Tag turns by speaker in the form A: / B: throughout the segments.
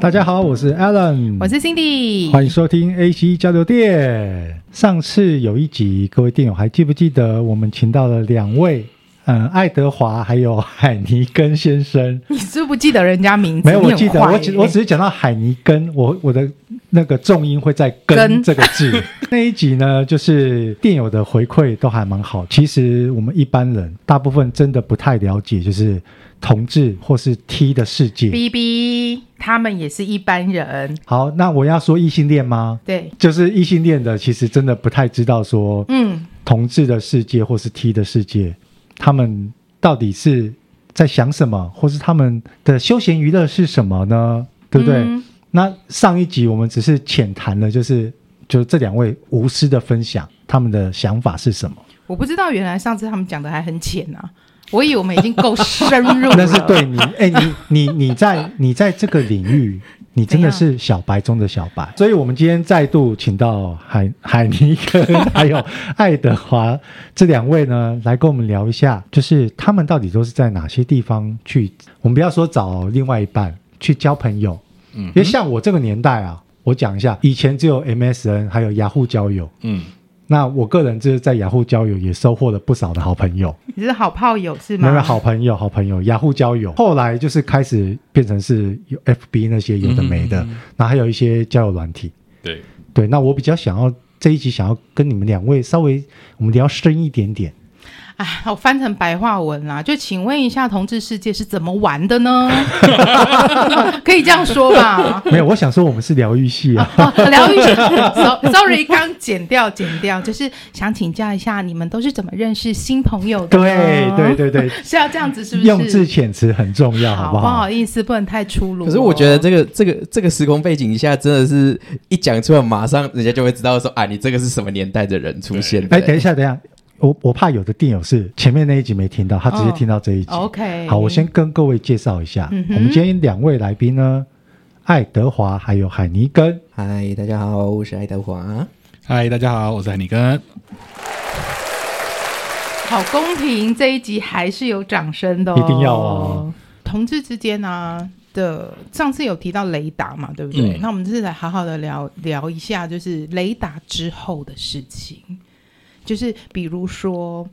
A: 大家好，我是 Alan，
B: 我是 Cindy，
A: 嗯欢迎收听 AC 交流电。上次有一集，各位电友还记不记得我们请到了两位，嗯，爱德华还有海尼根先生。
B: 你是不记得人家名字？
A: 没有，
B: 你
A: 我
B: 很
A: 记得，
B: 坏
A: 我只
B: 耶
A: 我只是讲到海尼根，我我的那个重音会在“根
B: 根”
A: 这个字。 那一集呢，就是电友的回馈都还蛮好。其实我们一般人大部分真的不太了解，就是同志或是 T 的世界。
B: B B，他们也是一般人，
A: 好，那我要说异性恋吗？
B: 对，
A: 就是异性恋的，其实真的不太知道说
B: 嗯，
A: 同志的世界或是 T 的世界，他们到底是在想什么，或是他们的休闲娱乐是什么呢？对不对？
B: 嗯
A: 那上一集我们只是浅谈了，就是就是这两位无私的分享，他们的想法是什么？
B: 我不知道原来上次他们讲的还很浅啊，我以为我们已经够深入了。
A: 那 是对你，哎、你你你在你在这个领域，你真的是小白中的小白。所以，我们今天再度请到海海尼跟 还有爱德华这两位呢，来跟我们聊一下，就是他们到底都是在哪些地方去？我们不要说找另外一半去交朋友，
C: 嗯
A: 因为像我这个年代啊，我讲一下，以前只有 MSN 还有雅虎交友。
C: 嗯，
A: 那我个人就是在雅虎交友也收获了不少的好朋友。
B: 你是好炮友是吗？
A: 没有好朋友，好朋友，雅虎交友，后来就是开始变成是有 FB 那些有的没的，
C: 嗯嗯嗯
A: 然后还有一些交友软体。
C: 对，
A: 对，那我比较想要这一集想要跟你们两位稍微我们聊深一点 点。
B: 哎，我翻成白话文啦，就请问一下，同志世界是怎么玩的 呢？可以这样说吧？
A: 没有，我想说我们是疗愈系 啊，
B: 哦，疗愈，so-，sorry，刚剪掉，剪掉，就是想请教一下，你们都是怎么认识新朋友的
A: 对
B: 呢？
A: 对对对，
B: 啊 是要这样子是不是？
A: 用字遣词很重要，好
B: 不
A: 不好？
B: 意思，不能太粗鲁哦、
C: 可是我觉得这个这个这个时空背景一下，真的是一讲出来，马上人家就会知道说啊，你这个是什么年代的人出现的。
A: 哎，等一下，等一下，我我怕有的电友是前面那一集没听到，他直接听到这一集。
B: 哦 OK，
A: 好，我先跟各位介绍一下，
B: 嗯哼
A: 我们今天两位来宾呢，爱德华还有海尼根。
C: 嗨，大家好，我是爱德华。
D: 嗨，大家好，我是海尼根。
B: 好公平，这一集还是有掌声的、哦，
A: 一定要哦。
B: 同志之间啊的，上次有提到雷达嘛，对不对？
C: 嗯
B: 那我们这次来好好的聊聊一下，就是雷达之后的事情，就是比如说。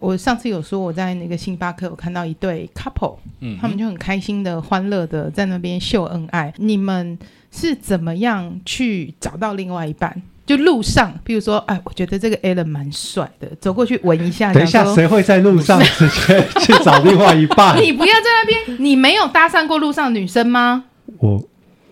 B: 我上次有说我在那个星巴克有看到一对 couple，、
D: 嗯
B: 他们就很开心的、欢乐的在那边秀恩爱。你们是怎么样去找到另外一半？就路上，比如说，哎，我觉得这个 Alan 蛮帅的，走过去闻一下，
A: 等一下
B: 想，说啊
A: 谁会在路上直接去找另外一半？
B: 你不要在那边，你没有搭讪过路上女生吗？
A: 我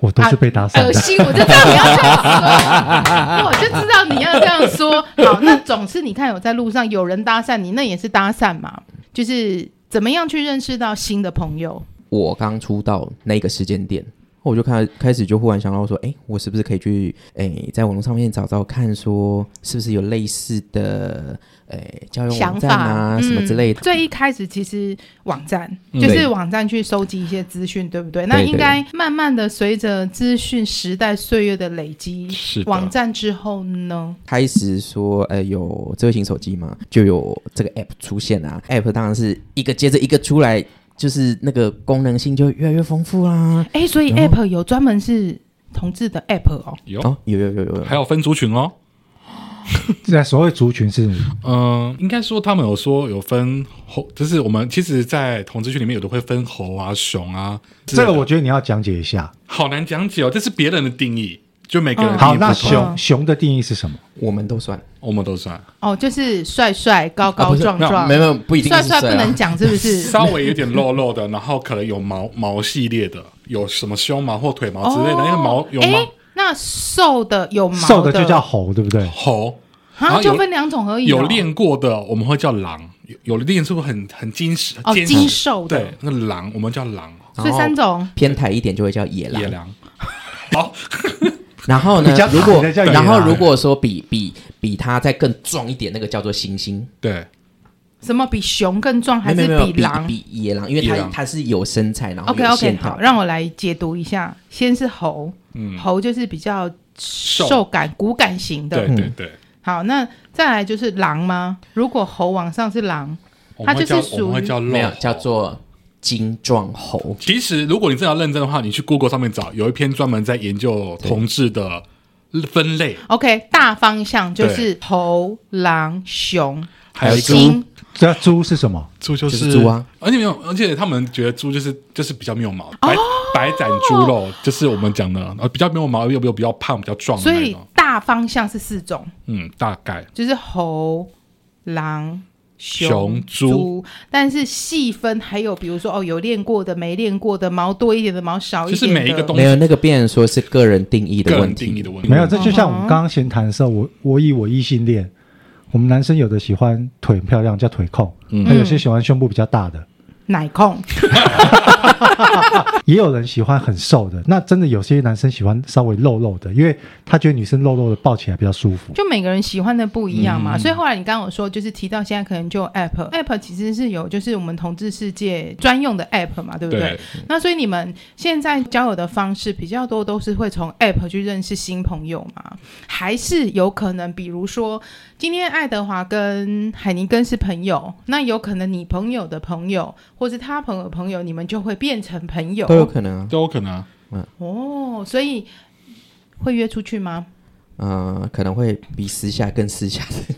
A: 我都是被搭讪
B: 恶
A: 啊的。
B: 心，我就知道你要这样说，我就知道 你要这样说。好，那总是你看有在路上有人搭讪你，那也是搭讪嘛，就是怎么样去认识到新的朋友？
C: 我刚出道那个时间点，哦我就开开始就忽然想到说，哎，我是不是可以去哎，在网络上面找找看，说是不是有类似的哎交友
B: 想
C: 网
B: 法嗯
C: 站啊什么之类的。
B: 最一开始其实网站
D: 嗯
B: 就是
C: 对
B: 网站去收集一些资讯，对不对？那
C: 对
B: 应该慢慢的随着资讯时代岁月的累积，
D: 是的
B: 网站之后呢？
C: 开始说，呃，有智慧型手机嘛，就有这个 app 出现啊。app 当然是一个接着一个出来，就是那个功能性就越来越丰富啦。
B: 哎，所以
C: 然后
B: App 有专门是同志的 App 哦。
D: 有、
C: 哦，有有有有有
D: 还，有分族群哦。
A: 那所谓族群是
D: 嗯、应该说他们有说有分猴，就是我们其实，在同志群里面有的会分猴啊、熊啊。
A: 这个，我觉得你要讲解一下。
D: 好难讲解哦，这是别人的定义，就每个人
B: 嗯
D: 的定
A: 哦
D: 义
A: 好，那
D: 不同
A: 熊熊的定义是什么？
C: 我们都算
D: 我们都算
B: 哦，就是帅帅、高
C: 啊
B: 高
C: 不是
B: 壮
D: 没有
B: 壮，
C: 没有没有不一定
B: 帅
C: 是
B: 帅不
C: 谁啊
B: 能讲，是不 是？
D: 稍微有点肉肉的，然后可能有毛毛系列的，有什么胸毛或腿毛之类的，因为毛有
B: 哎
D: 毛，
B: 那瘦的有毛
A: 瘦的就叫猴，对不对？
D: 猴。然
B: 啊，
D: 后
B: 就
D: 有
B: 分两种而已哦。
D: 有练过的，我们会叫狼；有有练是不是很很精实、
B: 哦，
D: 坚
B: 精
D: 实
B: 瘦的
D: 对，，那个狼我们叫狼，
B: 所以三种
C: 偏台一点就会叫 E 野狼。
D: 野狼。好，
C: 然后呢
A: 比较，
C: 如果
A: 台
D: E
A: 的叫野
C: 然后
A: 狼
C: 如果说比比比它再更壮一点，那个叫做猩猩，
D: 对，
B: 什么比熊更壮，还
C: 没
B: 是
C: 有没有没有
B: 狼
C: 比比野狼，因为
D: 野
C: 它
D: 狼
C: 它是有身材，然后
B: ？OK
C: 有
B: OK，
C: 线条
B: 好，。让我来解读一下。先是猴，
D: 嗯，
B: 猴就是比较瘦感、骨感型
D: 对
B: 的。
D: 对对，
B: 好，那再来就是狼吗？如果猴往上是狼，
D: 我
B: 它
D: 们会
B: 就是
D: 叫
B: 属
D: 我们会
B: 于
D: 叫肉
C: 没有
D: 猴
C: 叫做精壮猴。
D: 其实，如果你真的要认真的话，你去 Google 上面找，有一篇专门在研究同志的分类，
B: OK，大方向就是猴、狼、熊、
D: 还有一个
B: 猩。
A: 这猪是什么？
D: 猪就
C: 就是猪啊，
D: 而且没有，而且他们觉得猪就是就是比较没有
B: 哦
D: 毛，白白斩猪肉就是我们讲的，呃，比较没有毛，又又比较胖，比较壮的
B: 所
D: 那
B: 以
D: 种，
B: 大方向是四种，
D: 嗯，大概
B: 就是猴、狼、
D: 熊猪
B: 猪。但是细分还有，比如说哦，有练过的、没练过的，毛多一点的，毛少一
D: 就是
B: 点的。
D: 每一个东
C: 没
D: 西
C: 有那个变成说是个人定义
D: 个
C: 的问
D: 人
C: 题，
D: 定义的问题，
A: 没有，这就像我们刚刚闲谈的时候，我我以我异性恋，我们男生有的喜欢腿很漂亮叫腿控，那有些喜欢胸部比较大的，
B: 奶控，
A: 也有人喜欢很瘦的。那真的有些男生喜欢稍微肉肉的，因为他觉得女生肉肉的抱起来比较舒服。
B: 就每个人喜欢的不一样嘛。所以后来你刚刚有说，就是提到现在可能就有 app，app 其实是有就是我们同志世界专用的 app 嘛，对不
D: 对，
B: 那所以你们现在交友的方式比较多，都是会从 App 去认识新朋友吗？还是有可能，比如说今天爱德华跟海尼根是朋友，那有可能你朋友的朋友，或是他朋友的朋友，你们就会变成朋友
C: 都有可能啊。
D: 都有可能啊。
B: 哦。所以会约出去吗？
C: 呃，可能会比私下更私下的，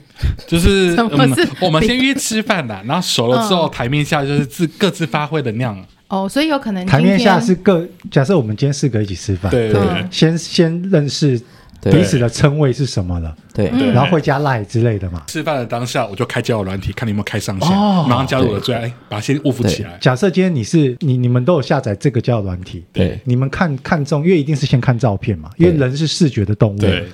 D: 就是
B: 什么是嗯
D: 嗯我们先约吃饭的，然后熟了之后，台面下就是自各自发挥的那样。
B: 哦，所以有可能今
A: 台
B: 天
A: 面下是各，假设我们今天四个一起吃饭，
D: 对对
B: 嗯
D: 对
A: 先先认识彼
C: 对
A: 此嗯的称谓是什么了，
C: 对，
D: 对，
B: 嗯
A: 然后会加赖之类的嘛。
D: 吃饭的当下，我就开交友软体，看你有没有开上线，
A: 哦
D: 马上加入我的最爱，把先物服起来。
A: 假设今天你是你你们都有下载这个叫软体，
C: 对
A: 你们看看中，因为一定是先看照片嘛，因为
C: 对
A: 人是视觉的动物。
D: 对，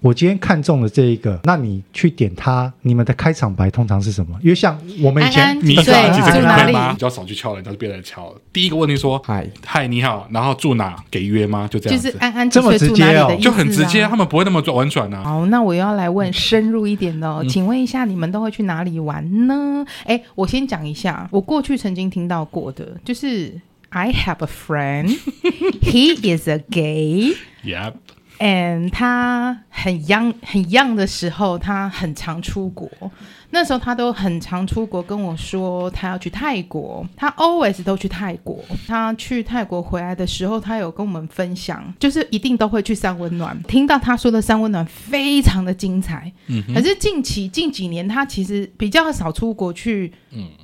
A: 我今天看中了这一个，那你去点它，你们的开场白通常是什么？因为像我们以前，
B: 安安
D: 你
B: 对
D: 知道几
B: 住
D: 个
B: 哪里
D: 吗？比较少去敲人，家就别人敲。第一个问题说：“
C: 嗨，
D: 嗨，你好，然后住哪？给约吗？”就这
B: 就
D: 样
B: 是
D: 子，
B: 安安
A: 这么
B: 直
A: 直
B: 接
A: 接
B: 住哪里
A: 哦
B: 的意思、啊，
D: 就很直接，他们不会那么婉转啊。
B: 好，那我要来问深入一点的、哦，请问一下，你们都会去哪里玩呢？哎，我先讲一下，我过去曾经听到过的，就是 I have a friend, he is a gay。
D: Yep，
B: and 他很 young 很 young 的时候，他很常出国。那时候他都很常出国，跟我说他要去泰国，他 always 都去泰国。他去泰国回来的时候，他有跟我们分享，就是一定都会去三温暖。听到他说的三温暖非常的精彩，嗯、可是近期近几年他其实比较少出国去，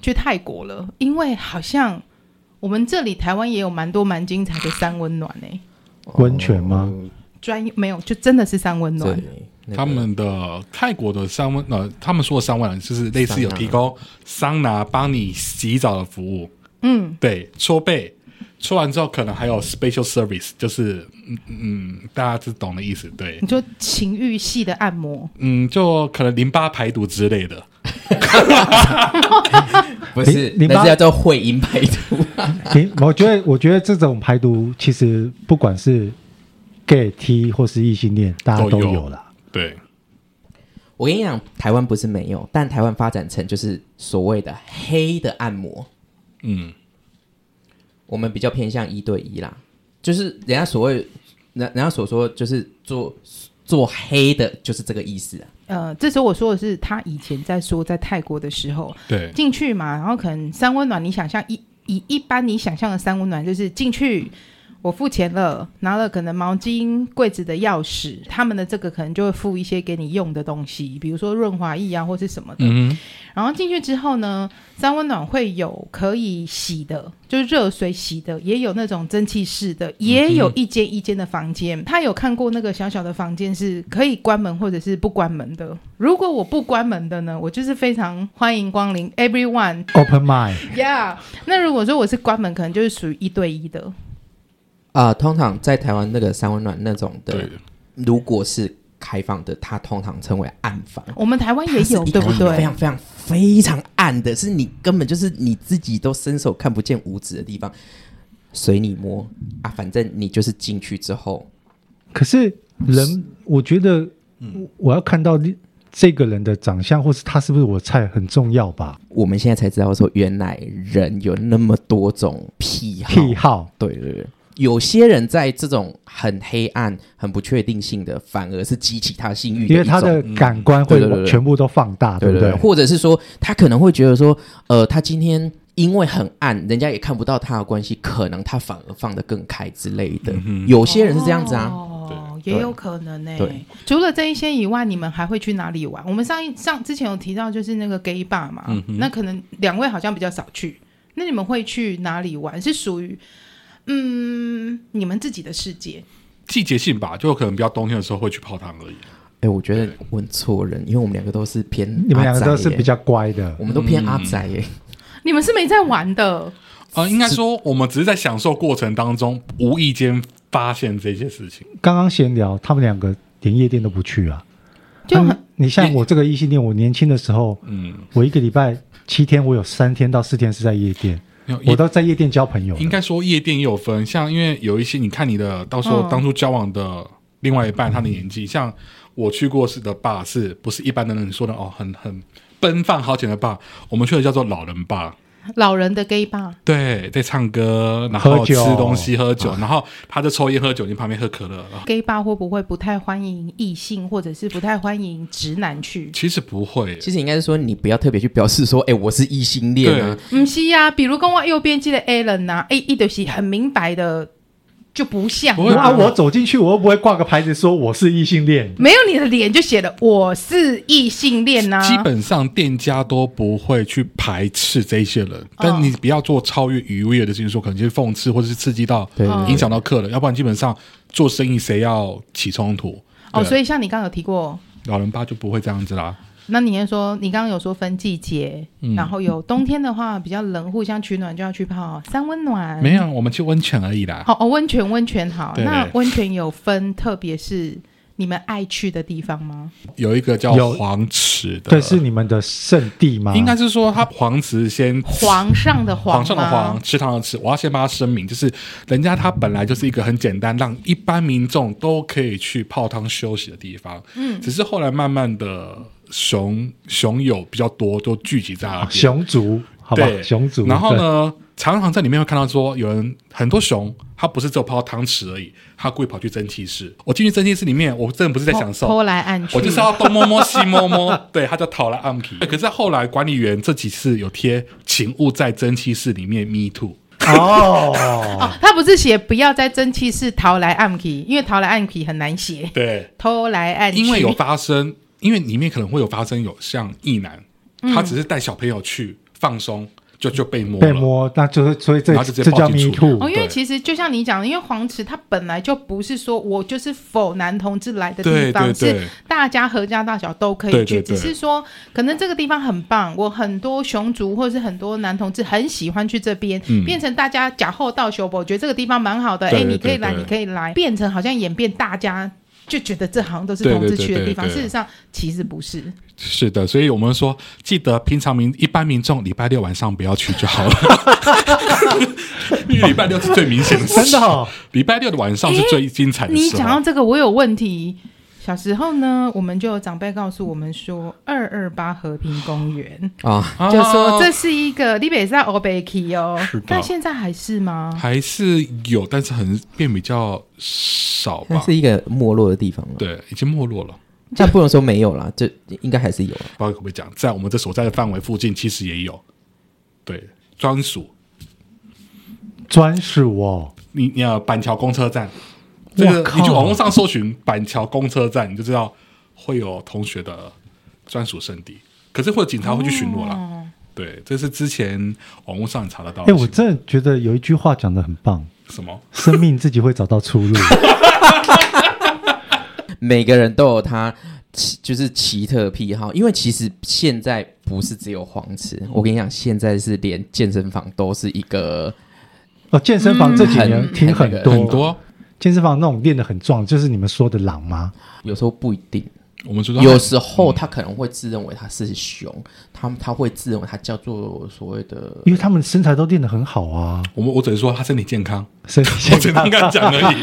B: 去泰国了，因为好像我们这里台湾也有蛮多蛮精彩的三温暖欸呢、
A: 温泉吗
C: 哦？
B: 专业没有，就真的是三温暖
C: 对。，那个
D: 他们的泰国的三温呃，他们说的三温暖就是类似有提供桑拿帮你洗澡的服务，
B: 嗯，
D: 对，搓背，搓完之后可能还有 special service，就是嗯嗯，大家是懂的意思，对
B: 你，说情欲系的按摩，
D: 嗯，就可能淋巴排毒之类的，
C: 不是，
A: 你你
C: 那
A: 妈
C: 是要叫会阴排 毒，
A: 你我觉得我觉得这种排毒其实不管是 gay、T 或是异性恋，大家都
D: 都有
A: 有啦。
D: 对，
C: 我跟你讲，台湾不是没有，但台湾发展成就是所谓的黑的按摩，
D: 嗯，
C: 我们比较偏向一对一啦，就是人家所谓，人人家所说就是做做黑的，就是这个意思啊。
B: 呃，这时候我说的是他以前在说在泰国的时候
D: 对，
B: 进去嘛，然后可能三温暖，你想象一以一般你想象的三温暖就是进去。我付钱了，拿了可能毛巾、柜子的钥匙，他们的这个可能就会附一些给你用的东西，比如说润滑液啊，或是什么的。
D: 嗯
B: 然后进去之后呢，三温暖会有可以洗的，就是热水洗的，也有那种蒸汽式的，也有一间一间的房间。他有看过那个小小的房间是可以关门或者是不关门的。如果我不关门的呢，我就是非常欢迎光临，everyone。
A: Open mind，
B: Yeah，那如果说我是关门，可能就是属于一对一的。
C: 啊、通常在台湾那个三温暖那种
D: 对
C: 的，如果是开放的，它通常称为暗房，
B: 我们台湾也
C: 它是
B: 有，
C: 一
B: 对不
C: 非
B: 对？
C: 常非常非常暗的，是你根本就是你自己都伸手看不见五指的地方，随你摸啊，反正你就是进去之后，
A: 可是人，我觉得
C: 嗯
A: 我要看到这个人的长相，或是他是不是我菜，很重要吧？
C: 我们现在才知道说，原来人有那么多种癖好。
A: 癖好，
C: 对对对，有些人在这种很黑暗、很不确定性的，反而是激起他性欲的一种，嗯
A: 因为他的感官会
C: 对对对对
A: 全部都放大，
C: 对
A: 不
C: 对，或者是说他可能会觉得说，呃，他今天。因为很暗，人家也看不到他的关系，可能他反而放得更开之类的。
A: 嗯
C: 有些人是这样子啊，
B: 哦，
C: 对
B: 也有可能呢、
C: 对
B: 除了这一些以外，你们还会去哪里玩？我们上一上之前有提到，就是那个 gay bar 嘛，
D: 嗯
B: 那可能两位好像比较少去。那你们会去哪里玩？是属于嗯你们自己的世界
D: 季节性吧，就有可能比较冬天的时候会去泡汤而已。
C: 哎、我觉得问错人，因为我们两个都是偏
A: 你们两个
C: 阿宅
A: 都是
C: 耶
A: 比较嗯乖的
C: 我，们都偏阿宅耶、
B: 你们是没在玩的
D: 呃，应该说我们只是在享受过程当中无意间发现这些事情。
A: 刚刚闲聊，他们两个连夜店都不去啊。
B: 就很
A: 他们你像我这个异性恋，我年轻的时候，
D: 嗯，
A: 我一个礼拜七天，我有三天到四天是在夜店，
D: 没有
A: 我都在夜店交朋友的。
D: 应该说夜店也有分，像因为有一些你看你的到时候当初交往的另外一半他的年纪，像我去过是的爸是不是一般的人说的哦，很很奔放好钱的爸，我们去的叫做老人爸。
B: 老人的 gay bar，
D: 对，在唱歌，然后
A: 喝
D: 吃
A: 酒啊
D: 东西、喝酒，然后他在抽烟、喝酒，你旁边喝可乐。啊
B: gay bar 会不会不太欢迎异性，或者是不太欢迎直男去？
D: 其实不会，
C: 其实应该是说，你不要特别去表示说，哎、我是异性恋啊。
B: 不是啊，比如跟我右边记的 Alan 呐、啊，哎，一就是很明白的，就不像
D: 不会
A: 那
B: 嘛
A: 啊，我走进去，我又不会挂个牌子说我是异性恋。
B: 没有你的脸就写了我是异性恋啊呐、
D: 基本上店家都不会去排斥这一些
B: 哦
D: 人，但你不要做超越愉悦的事情，说可能就是讽刺或者是刺激到
C: 对
B: 嗯
D: 影响到客人，要不然基本上做生意谁要起冲突？
B: 哦，所
D: 以
B: 以像你刚刚有提过，
D: 老人吧就不会这样子啦。
B: 那你也说你刚刚有说分季节，
D: 嗯
B: 然后有冬天的话比较冷，互相取暖就要去泡三温暖，
D: 没有，我们去温泉而已啦。
B: 嗯好哦，温泉温泉好，
D: 对
B: 那温泉有分，特别是你们爱去的地方吗？
D: 有一个叫
A: 有
D: 黄池的，
A: 对，是你们的圣地吗？
D: 应该是说他黄池先
B: 皇上的皇吗，
D: 皇上的皇，池塘的池，我要先帮他声明，就是人家他本来就是一个很简单，让一般民众都可以去泡汤休息的地方。嗯，只是后来慢慢的熊熊友比较多，都聚集在那
A: 啊
D: 边。
A: 熊族，好吧，
D: 对，
A: 熊族。
D: 然后
A: 对？
D: 呢，常常在里面会看到说，有人很多熊，他不是只有泡汤池而已，他故意跑去蒸汽室。我进去蒸汽室里面，我真的
B: 哦
D: 不是在享受，
B: 偷来暗去，
D: 我就是要东摸摸西摸 摸，对，他就讨了暗皮。哎可是后来管理员这几次有贴“请勿在蒸汽室里面 me too”，
A: 哦，
B: 哦，他不是写不要在蒸汽室逃来暗去，因为逃来暗去很难写，
D: 对，
B: 偷来暗去，
D: 因为有发生，因为里面可能会有发生有像异男，他只是带小朋友去放松，就就被摸了，
A: 被摸，那就是所以这
D: 然后就直接
A: 这叫
D: 报警
A: me
D: 处理
A: too
B: 哦，因为
D: 对
B: 其实就像你讲的，因为黄池它本来就不是说我就是否男同志来的地
D: 对
B: 方，
D: 对对
B: 是大家合家大小都可以
D: 对
B: 去，
D: 对对
B: 只是说可能这个地方很棒，我很多熊族或者是很多男同志很喜欢去这边，
D: 嗯
B: 变成大家假后到修补，我觉得这个地方蛮好的，
D: 对
B: 哎，
D: 对
B: 你可以
D: 对
B: 来，
D: 对
B: 你可以来，变成好像演变大家。就觉得这好像都是同志去的地方，
D: 对对对对对
B: 事实上其实不是。
D: 是的，所以我们说，记得平常民一般民众礼拜六晚上不要去就 好了，因为礼拜六是最明显的事情，
A: 真的哦
D: 礼拜六的晚哎上是哦最精彩的
B: 你
D: 时
B: 讲
D: 候
B: 到。这个，我有问题。小时候呢，我们就有长辈告诉我们说，二二八和平公园，
C: 啊，
D: 啊
B: 就说这是一个你北在欧北基哦
D: 是的，
B: 但现在还是
A: 嗯
B: 吗？
D: 还是有，但是很变比较少
C: 它
D: 吧
C: 是。一个没落的地方了。
D: 对，已经没落了。
C: 但不能说没有啦，这应该还是有啊。
D: 不知道可不可以讲，在我们这所在的范围附近，其实也有，对，专属。
A: 专属哦，
D: 你你要板桥公车站，这个
A: 哇靠
D: 你去网络上搜寻板桥公车站，你就知道会有同学的专属圣地。可是会有警察会去巡逻啦。对，这是之前网络上查得到
A: 哦哎、
D: 的。
A: 我真的觉得有一句话讲的很棒，
D: 什么？
A: 生命自己会找到出路。
C: 每个人都有他奇就是奇特癖好，因为其实现在不是只有黄池，
A: 嗯
C: 我跟你讲，现在是连健身房都是一个
A: 哦，健身房这几年
C: 很
A: 听很多，
D: 嗯很多。
A: 健身房那种练得很壮，就是你们说的狼吗？
C: 有时候不一定，
D: 我们说
C: 有时候他可能会自认为他是熊，他他会自认为他叫做所谓的
A: 因为他们身材都练得很好啊，
D: 我们我只是说他身体健康，
A: 身体 健
D: 我只
A: 康
D: 能这样讲 而已。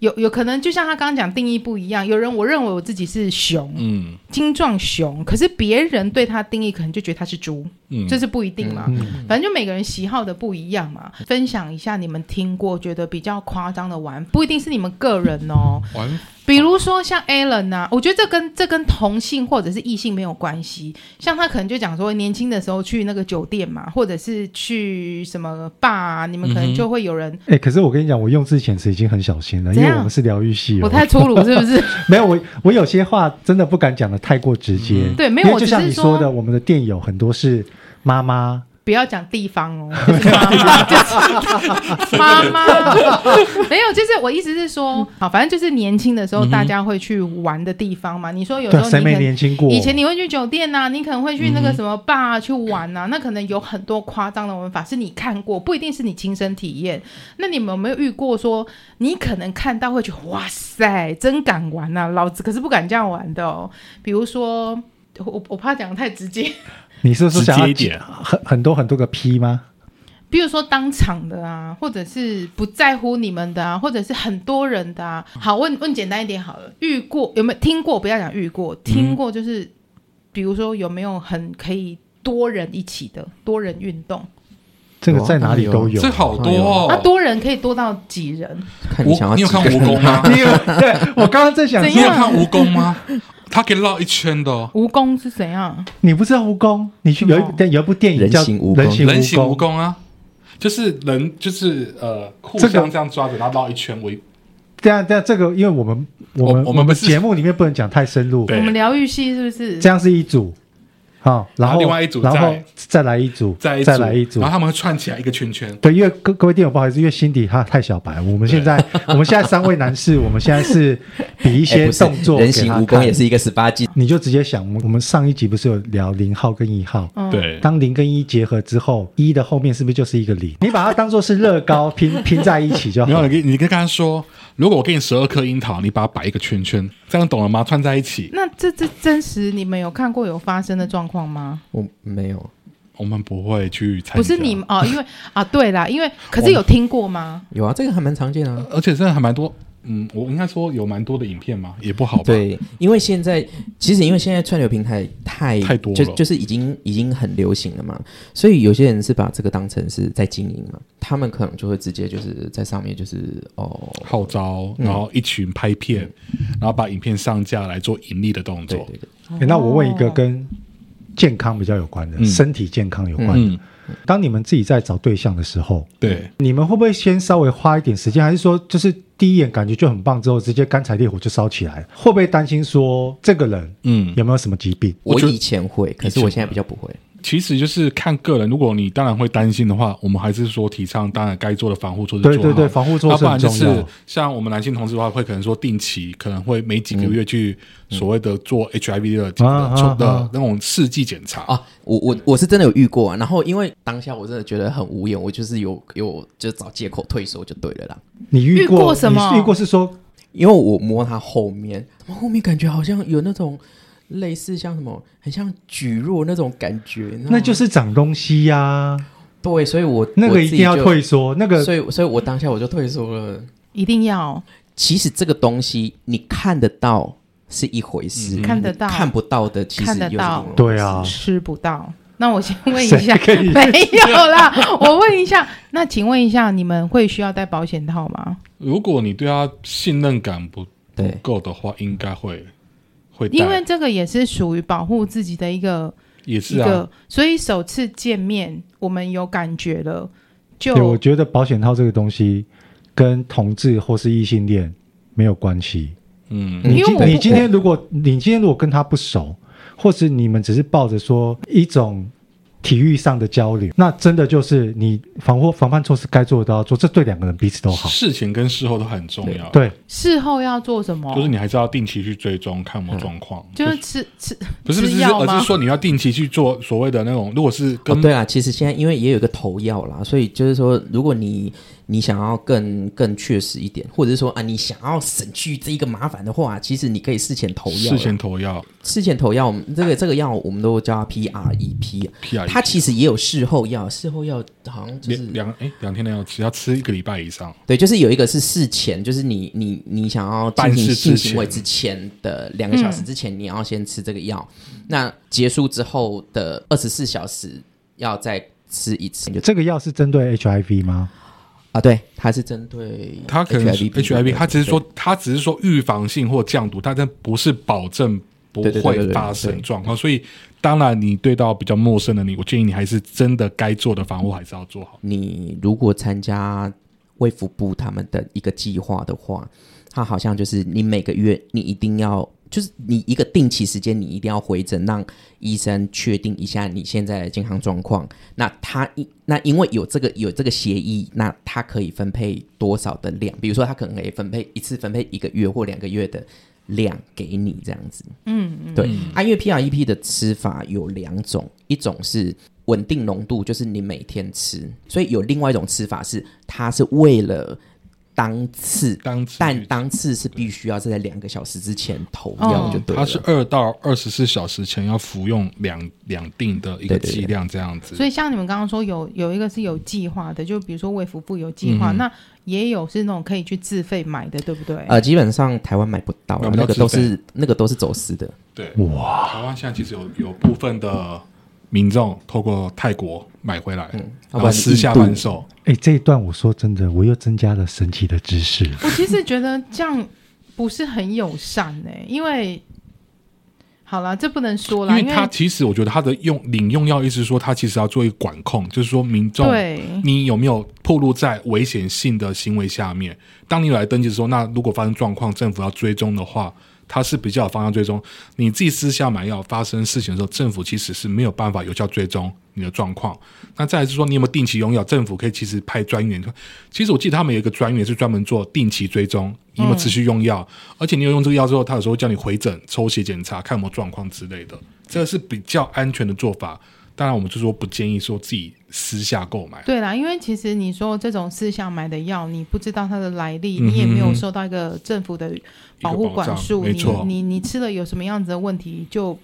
B: 有有可能就像他刚刚讲定义不一样，有人我认为我自己是熊，
D: 嗯
B: 精壮熊，可是别人对他定义可能就觉得他是猪，
D: 嗯，
B: 这是不一定嘛。
A: 嗯
B: 反正就每个人喜好的不一样嘛。分享一下你们听过觉得比较夸张的玩，不一定是你们个人哦，
D: 玩
B: 比如说像 Alan 呐、啊，我觉得这跟这跟同性或者是异性没有关系。像他可能就讲说，年轻的时候去那个酒店嘛，或者是去什么 bar，、啊、你们可
D: 嗯
B: 能
D: 哼
B: 就会有人、
A: 哎、可是我跟你讲，我用字遣词已经很小心了，因
B: 怎
A: 为
B: 样
A: 我们是疗愈系、哦。
B: 我太粗鲁是不是？
A: 没有我，我有些话真的不敢讲的太过直接。
D: 嗯
B: 对没有
A: 因为
B: 我
A: 就
B: 只
A: 像
B: 是
A: 你说的，
B: 说
A: 我们的店友很多是妈妈，
B: 不要讲地 方哦，就是妈妈，就是妈妈，没有，就是我意思是说，好，反正就是年轻的时候
D: 嗯哼
B: 大家会去玩的地方嘛。你说有时
A: 对啊，
B: 候
A: 谁
B: 你
A: 没
B: 可能
A: 年轻过？
B: 以前你会去酒店呐、啊你可能会去那个什么坝、啊去玩呐、那可能有很多夸张的玩法是你看过，不一定是你亲身体验。那你们有没有遇过说，你可能看到会觉得哇塞，真敢玩呐、老子可是不敢这样玩的哦。比如说，我我怕讲的太直接，
A: 你是不是想要
D: 直接一点
A: 很很多很多个 P 吗？
B: 比如说当场的啊，或者是不在乎你们的啊，或者是很多人的啊。好，问问简单一点好了，遇过有没有听过？不要讲遇过，听
D: 嗯
B: 过就是，比如说有没有很可以多人一起的多人运动？
A: 这个
C: 有啊
A: 在哪里都有。
D: 这好多哦。
B: 啊，多人可以多到几人？
C: 看你想
D: 蜈，
C: 要
D: 你
C: 几
D: 有看
C: 个人 哎
D: 蜈蚣吗？
A: 你有对我刚刚在想
B: 怎
D: 你
A: 说，
D: 有
B: 样
D: 看蜈蚣吗？它可以绕一圈的哦。
B: 蜈蚣是怎样？
A: 你不知道蜈蚣，你去有一
B: 什么
A: 对有一部电影
C: 人
A: 叫《
C: 形蜈蚣
A: 人形
D: 人形蜈
A: 蚣》，
D: 蚣啊，就是人就是呃互
A: 这个
D: 相这样抓着，然后绕一圈围。
A: 这样啊这样这个，因为我们我们
D: 哦我我们
A: 们
D: 不是
A: 节目里面不能讲太深入，
D: 对
B: 我们疗愈系是不是
A: 这？样是一组，好，然
D: 然
A: 后
D: 啊后另外一组
A: 然后
D: 再
A: 再来一组，
D: 再一组
A: 再来一组
D: 然后。他们会串起来一个圈圈。
A: 对，因为各各位店友不好意思，因为辛迪他太小白，我们现在 我们现在三位男士，我们现在是比一
C: 哎
A: 些
C: 不是
A: 动作
C: 人
A: 给
C: 形
A: 他
C: 蜈蚣
A: 看
C: 也是一个十八禁，
A: 你就直接想，我们我们上一集不是有聊零号跟一号？
B: 嗯，
D: 对，
A: 当零跟一结合之后，一的后面是不是就是一个零？你把它当做是乐高拼拼在一起就
D: 没
A: 好
D: 有
A: 了
D: 你。跟你跟刚刚说，如果我给你十二颗樱桃，你把它摆一个圈圈，这样懂了吗？串在一起，
B: 那这这真实你们有看过有发生的状况吗？
C: 我没有，
D: 我们不会去参加。
B: 不是你们，哦，因为啊，对啦，因为可是有听过吗？
C: 有啊，这个还蛮常见啊。
D: 而且真的还蛮多。嗯，我应该说有蛮多的影片嘛，也不好吧。，
C: 对，因为现在其实因为现在串流平台太
D: 太多了
C: 就就是已经已经很流行了嘛，所以有些人是把这个当成是在经营嘛，他们可能就会直接就是在上面就是哦，
D: 号召，然后一群拍片，
A: 嗯
D: 然后把影片上架来做盈利的动
C: 对
D: 作。
C: 对对，
A: 诶哎那我问一个跟健康比较有关的，
D: 嗯
A: 身体健康有关的。
D: 嗯，
A: 当你们自己在找对象的时候，
D: 对，
A: 你们会不会先稍微花一点时间，还是说就是第一眼感觉就很棒，之后直接干柴烈火就烧起来了？会不会担心说这个人
D: 嗯，
A: 有没有什么疾病？
D: 我
C: 我
D: 觉得
C: 以前会，可是我现在比较不会。
D: 其实就是看个人。如果你当然会担心的话，我们还是说提倡，当然该做的防护措施做
A: 对
D: 好。
A: 对对，防护措
D: 要
A: 施
D: 不
A: 很
D: 然就
A: 重
D: 是
A: 要。
D: 像我们男性同志的话，会可能说定期可能会每几个月去所谓的做 HIV 的
A: 啊啊
D: 的
A: 啊
D: 的那种试剂检查。
C: 啊，我我我是真的有遇过、啊，然后因为当下我真的觉得很无言，我就是有有就找借口退缩就对了啦。
A: 你遇
B: 遇
A: 过
B: 过什么
A: 你遇过是说
C: 因为我摸它后面，怎么后面感觉好像有那种类似像什么，很像蒟蒻那种感觉，你知道吗
A: 那就是长东西呀、
C: 对，所以我
A: 那个一定要，
C: 我自
A: 退缩，那
C: 己就
A: 个
C: 所以所以我当下我就退缩了。
B: 一定要
C: 其实这个东西你看得到是一回事，
D: 嗯
B: 看得到，
C: 看不到的其实
B: 看得
C: 又是
B: 到
C: 另外
A: 对
C: 一回事
A: 啊，
B: 吃不到。那我先问一
A: 谁
B: 下，
A: 可以
B: 没有 啦，我问一下，那请问一下，你们会需要戴保险套吗？
D: 如果你对他信任感不不
C: 对哦
D: 够的话，应该会会戴
B: 因为这个也是属于保护自己的一个、
D: 也
B: 一
D: 是啊，
B: 个，所以首次见面我们有感觉了，就
A: 对，我觉得保险套这个东西跟同志或是异性恋没有关系。
D: 嗯，
B: 因
A: 你
B: 为
A: 今
B: 我
A: 你今天如果你今天如果跟他不熟，或是你们只是抱着说一种体育上的交流，那真的就是你防护防范措施该做的都要做，这对两个人彼此都好。
D: 事前跟事后都很重要。，
A: 对，
B: 事后要做什么？
D: 就是你还是要定期去追踪，看有没有状况。
B: 哦嗯就是吃吃
D: 不是不是，
B: 吃
D: 不是
B: 药
D: 而
B: 吗
D: 是？说你要定期去做所谓的那种，如果是
C: 哦
D: 跟，
C: 对啦，其实现在因为也有一个投药啦，所以就是说，如果你你想要更更确实一点，或者是说啊，你想要省去这一个麻烦的话，其实你可以事前投药啦。
D: 事前投药
C: 事前投药，我们这个这个药我们都叫它 PREP，
D: P R，
C: 它其实也有事后药，事后药好像就是
D: 两两哎两天的药吃，要吃一个礼拜以上。
C: 对，就是有一个是事前，就是你你你想要进
D: 办
C: 行
D: 事
C: 性
D: 之
C: 行为之前的两个小时之前，你要先吃这个药。那结束之后的二十四小时要再吃一次，就
A: 这个药是针对 HIV 吗？
C: 啊，对，它是针对
D: 它可能是
C: HIV，
D: HIV，它只是说
C: 对
D: 它只是说预防性或降毒，但它不是保证不
C: 对对对对
D: 会
C: 对
D: 发生
C: 对
D: 状况。所以，当然你对到比较陌生的你，我建议你还是真的该做的防护还是要做好。
C: 你如果参加卫福部他们的一个计划的话，它好像就是你每个月你一定要，就是你一个定期时间你一定要回诊，让医生确定一下你现在的健康状况。那他一那因为有这个有这个协议，那他可以分配多少的量？比如说他可能可以分配一次分配一个月或两个月的。量给你这样子，嗯，对，啊，因为 PREP 的吃法有两种，一种是稳定浓度，就是你每天吃，所以有另外一种吃法是，它是为了当次，
D: 当次
C: 但当次是必须要是在两个小时之前投药
B: 哦
C: 就对
D: 它
C: 了。
D: 是二到二十四小时前要服用两两定的一个
C: 对对对
D: 剂量这样子。
B: 所以像你们刚刚说有有一个是有计划的，就比如说卫福部有计划，那也有是那种可以去自费买的，对不对？
C: 呃，基本上台湾买不到
D: 买
C: 啦，
D: 不到
C: 那个都
D: 自费
C: 是那个都是走私的。
D: 对，哇，台湾现在其实有有部分的民众透过泰国买回来，
C: 要
D: 然
C: 不
D: 后
C: 然
D: 私下
C: 印度
D: 贩售。
A: 哎，这一段我说真的，我又增加了神奇的知识。
B: 我其实觉得这样不是很友善呢、因为好啦，这不能说啦，
D: 因
B: 因
D: 为它其实我觉得它的用领用药意思是说，它其实要做一个管控，就是说民众
B: 对
D: 你有没有暴露在危险性的行为下面。当你有来登记的时候，那如果发生状况，政府要追踪的话，它是比较有方向追踪。你自己私下买药发生事情的时候，政府其实是没有办法有效追踪你的状况。那再来是说，你有没有定期用药？政府可以其实派专员。其实我记得他们有一个专员是专门做定期追踪，你有没有持续用药，而且你有用这个药之后，他有时候叫你回诊、抽血检查，看有没有状况之类的，这个是比较安全的做法。当然，我们就说不建议说自己私下购买。
B: 对啦，因为其实你说这种私下买的药，你不知道它的来历，
D: 嗯
B: 你也没有受到一个政府的保护管束，
D: 一个保障没错
B: 你你你吃了有什么样子的问题，就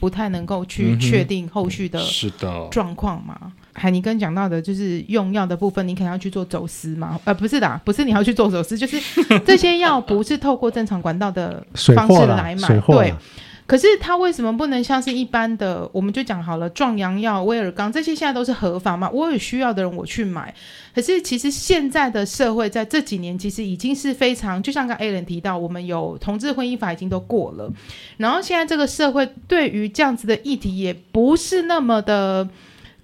B: 不太能够去
D: 嗯哼
B: 确定后续的
D: 是
A: 哦
D: 的，
B: 状况嘛。海尼根讲到的就是用药的部分，你可能要去做走私嘛？呃，不是的，不是你要去做走私，就是这些药不是透过正常管道的
A: 水
B: 方
A: 货
B: 式
A: 啦
B: 来，买
A: 水，货
B: 对
A: 啦。，
B: 可是它为什么不能像是一般的？我们就讲好了，壮阳药、威尔刚这些现在都是合法嘛，我有需要的人我去买。可是其实现在的社会在这几年其实已经是非常，就像刚 A 人提到，我们有同志婚姻法已经都过了，然后现在这个社会对于这样子的议题也不是那么的。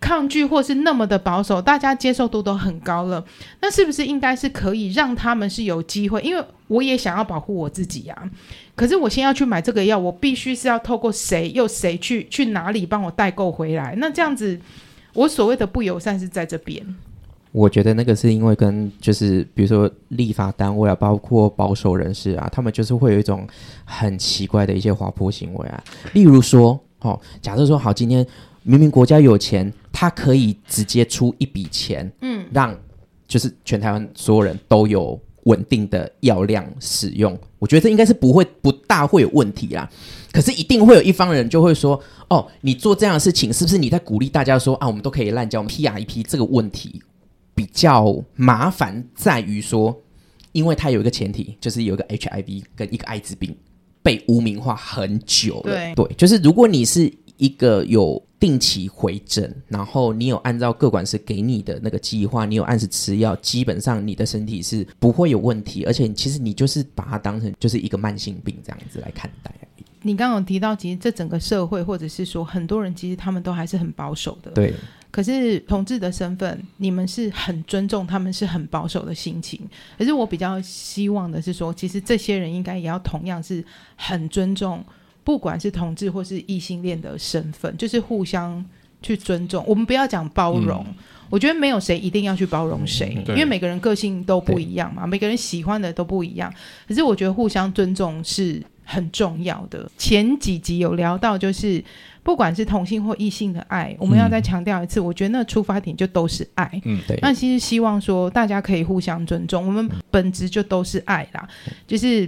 B: 抗拒或是那么的保守，大家接受度都很高了，那是不是应该是可以让他们是有机会？因为我也想要保护我自己啊呀、可是我先要去买这个药，我必须是要透过谁又谁去去哪里帮我代购回来。那这样子，我所谓的不友善是在这边。
C: 我觉得那个是因为跟就是比如说立法单位啊，包括保守人士啊，他们就是会有一种很奇怪的一些滑坡行为啊。例如说，哦，假设说好，今天明明国家有钱，他可以直接出一笔钱，嗯，让就是全台湾所有人都有稳定的药量使用。我觉得这应该是不会不大会有问题啦。可是一定会有一方人就会说，哦，你做这样的事情，是不是你在鼓励大家说啊，我们都可以滥交，我们 PRP 这个问题比较麻烦在于说，因为它有一个前提，就是有一个 HIV 跟一个艾滋病被污名化很久了。
B: 对
C: 就是如果你是一个有定期回诊，然后你有按照各管师给你的那个计划，你有按时吃药，基本上你的身体是不会有问题，而且其实你就是把它当成就是一个慢性病这样子来看待。
B: 你刚刚有提到，其实这整个社会，或者是说很多人，其实他们都还是很保守的。
C: 对，
B: 可是同志的身份，你们是很尊重他们，是很保守的心情。可是我比较希望的是说，其实这些人应该也要同样是很尊重，不管是同志或是异性恋的身份，就是互相去尊重。我们不要讲包容。我觉得没有谁一定要去包容谁，
D: 对
B: 因为每个人个性都不一样嘛，每个人喜欢的都不一样。可是我觉得互相尊重是很重要的。前几集有聊到，就是不管是同性或异性的爱，我们要再强调一次，我觉得那出发点就都是爱。
D: 嗯，
C: 对
B: 那其实希望说大家可以互相尊重，我们本质就都是爱啦，就是。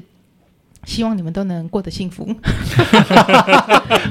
B: 希望你们都能过得幸福。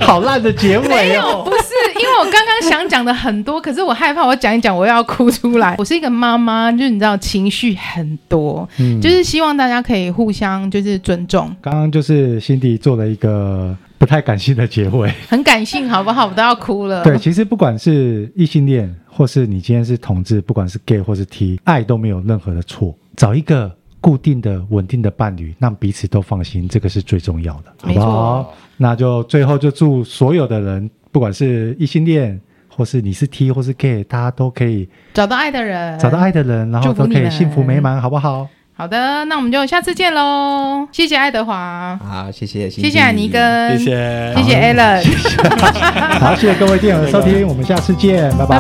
A: 好烂的结
B: 没
A: 尾
B: 有，
A: 哦！
B: 不是，因为我刚刚想讲的很多，可是我害怕我讲一讲我又要哭出来。 我是一个妈妈，就是你知道情绪很多，
A: 嗯
B: 就是希望大家可以互相就是尊重。
A: 刚刚就是辛迪做了一个不太感性的结尾。
B: 很感性，好不好？我都要哭了。
A: 对，其实不管是异性恋，或是你今天是同志，不管是 gay 或是 T，爱都没有任何的错。找一个固定的、稳定的伴侣，让彼此都放心，这个是最重要的，好
B: 没
A: 不
B: 错
A: 好？那就最后就祝所有的人，不管是异性恋，或是你是 T 或是 gay，大家都可以
B: 找到爱的人，
A: 找到。爱的人，然后
B: 祝福
A: 都可
B: 你
A: 以
B: 们
A: 幸福美满，好不好？
B: 好的，那我们就下次见喽。谢谢爱德华，
C: 好，谢谢，
B: 谢谢海尼根，
D: 谢，
B: 谢
D: 谢
B: 谢 Alan。
A: 好，谢谢各位电友的收听，我们下次见，拜
B: 拜拜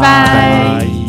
D: 拜。